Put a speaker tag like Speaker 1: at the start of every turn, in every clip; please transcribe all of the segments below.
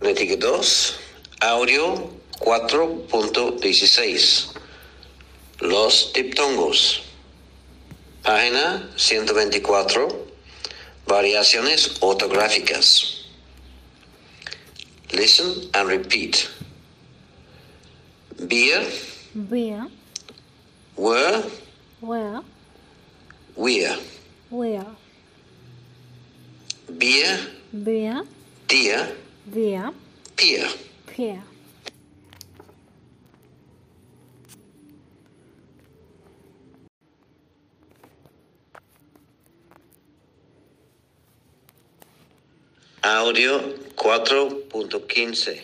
Speaker 1: Matic 2, audio 4.16. Los diptongos. Página 124. Variaciones ortográficas. Listen and repeat. Beer,
Speaker 2: Where,
Speaker 1: were,
Speaker 2: where,
Speaker 1: we're.
Speaker 2: where,
Speaker 1: Beer,
Speaker 2: where,
Speaker 1: dear,
Speaker 2: where,
Speaker 1: peer.
Speaker 2: where.
Speaker 1: Audio 4.15.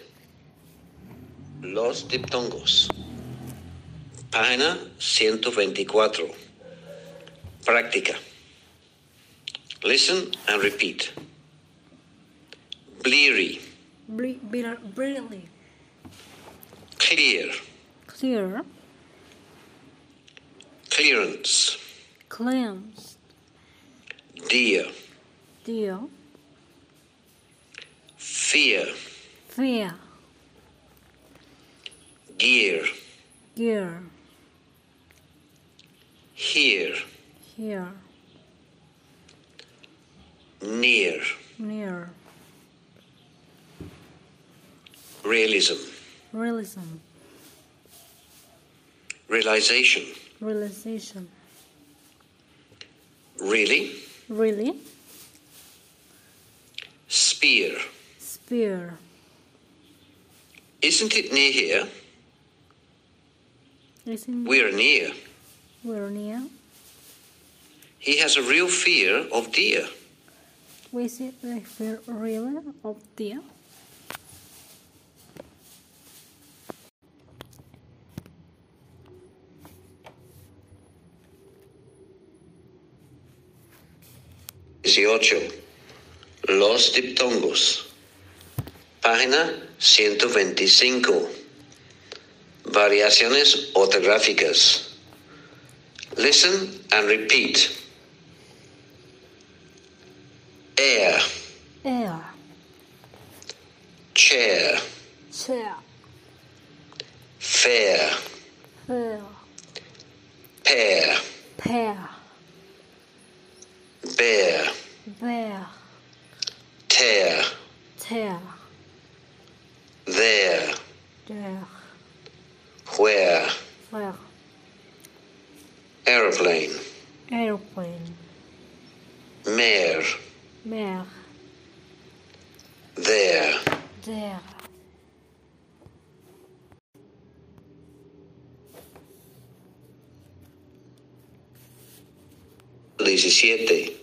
Speaker 1: Los diptongos. Página 124. Práctica. Listen and repeat. Bleary,
Speaker 2: Bri- bri- Brilliantly
Speaker 1: clear,
Speaker 2: clear,
Speaker 1: clearance,
Speaker 2: cleansed,
Speaker 1: dear,
Speaker 2: deal,
Speaker 1: fear,
Speaker 2: fair,
Speaker 1: gear,
Speaker 2: gear,
Speaker 1: here,
Speaker 2: here,
Speaker 1: near,
Speaker 2: near,
Speaker 1: realism,
Speaker 2: realism,
Speaker 1: realization,
Speaker 2: realization,
Speaker 1: really,
Speaker 2: really,
Speaker 1: spear.
Speaker 2: spear,
Speaker 1: Isn't it near here?
Speaker 2: isn't
Speaker 1: We're near.
Speaker 2: we're near,
Speaker 1: He has a real fear of deer.
Speaker 2: we see the fear really of deer.
Speaker 1: Dieciocho. Los diptongos. Página 125. Variaciones ortográficas. Listen and repeat. Air,
Speaker 2: Air,
Speaker 1: chair,
Speaker 2: chair,
Speaker 1: fair,
Speaker 2: fair,
Speaker 1: pear,
Speaker 2: pair,
Speaker 1: bear,
Speaker 2: bear,
Speaker 1: tear,
Speaker 2: tear,
Speaker 1: there,
Speaker 2: there,
Speaker 1: where,
Speaker 2: where,
Speaker 1: aeroplane,
Speaker 2: airplane,
Speaker 1: mare,
Speaker 2: mare,
Speaker 1: there.
Speaker 2: there.
Speaker 1: Diecisiete.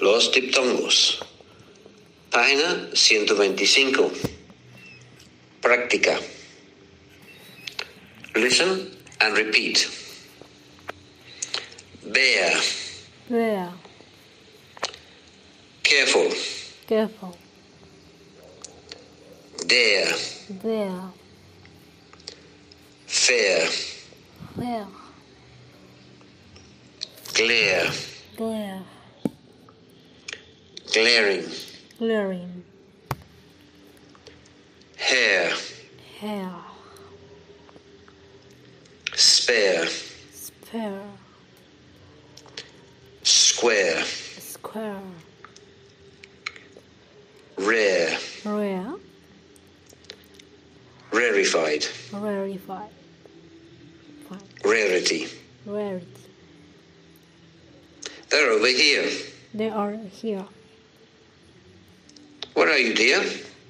Speaker 1: Los diptongos. Página 125. Práctica. Listen and repeat. Bear,
Speaker 2: Bear,
Speaker 1: careful,
Speaker 2: careful.
Speaker 1: dare,
Speaker 2: Bear,
Speaker 1: fair,
Speaker 2: bear,
Speaker 1: glare,
Speaker 2: glare,
Speaker 1: glaring,
Speaker 2: glaring,
Speaker 1: hair,
Speaker 2: hair,
Speaker 1: spare,
Speaker 2: spare,
Speaker 1: square,
Speaker 2: square,
Speaker 1: rare,
Speaker 2: rare,
Speaker 1: rarefied,
Speaker 2: rarefied, fine,
Speaker 1: rarity.
Speaker 2: rarity.
Speaker 1: They're over here.
Speaker 2: They are here.
Speaker 1: Where are you, dear?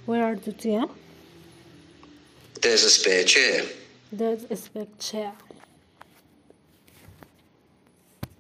Speaker 2: Where are the deer?
Speaker 1: There's a spare chair.
Speaker 2: There's a spec chair.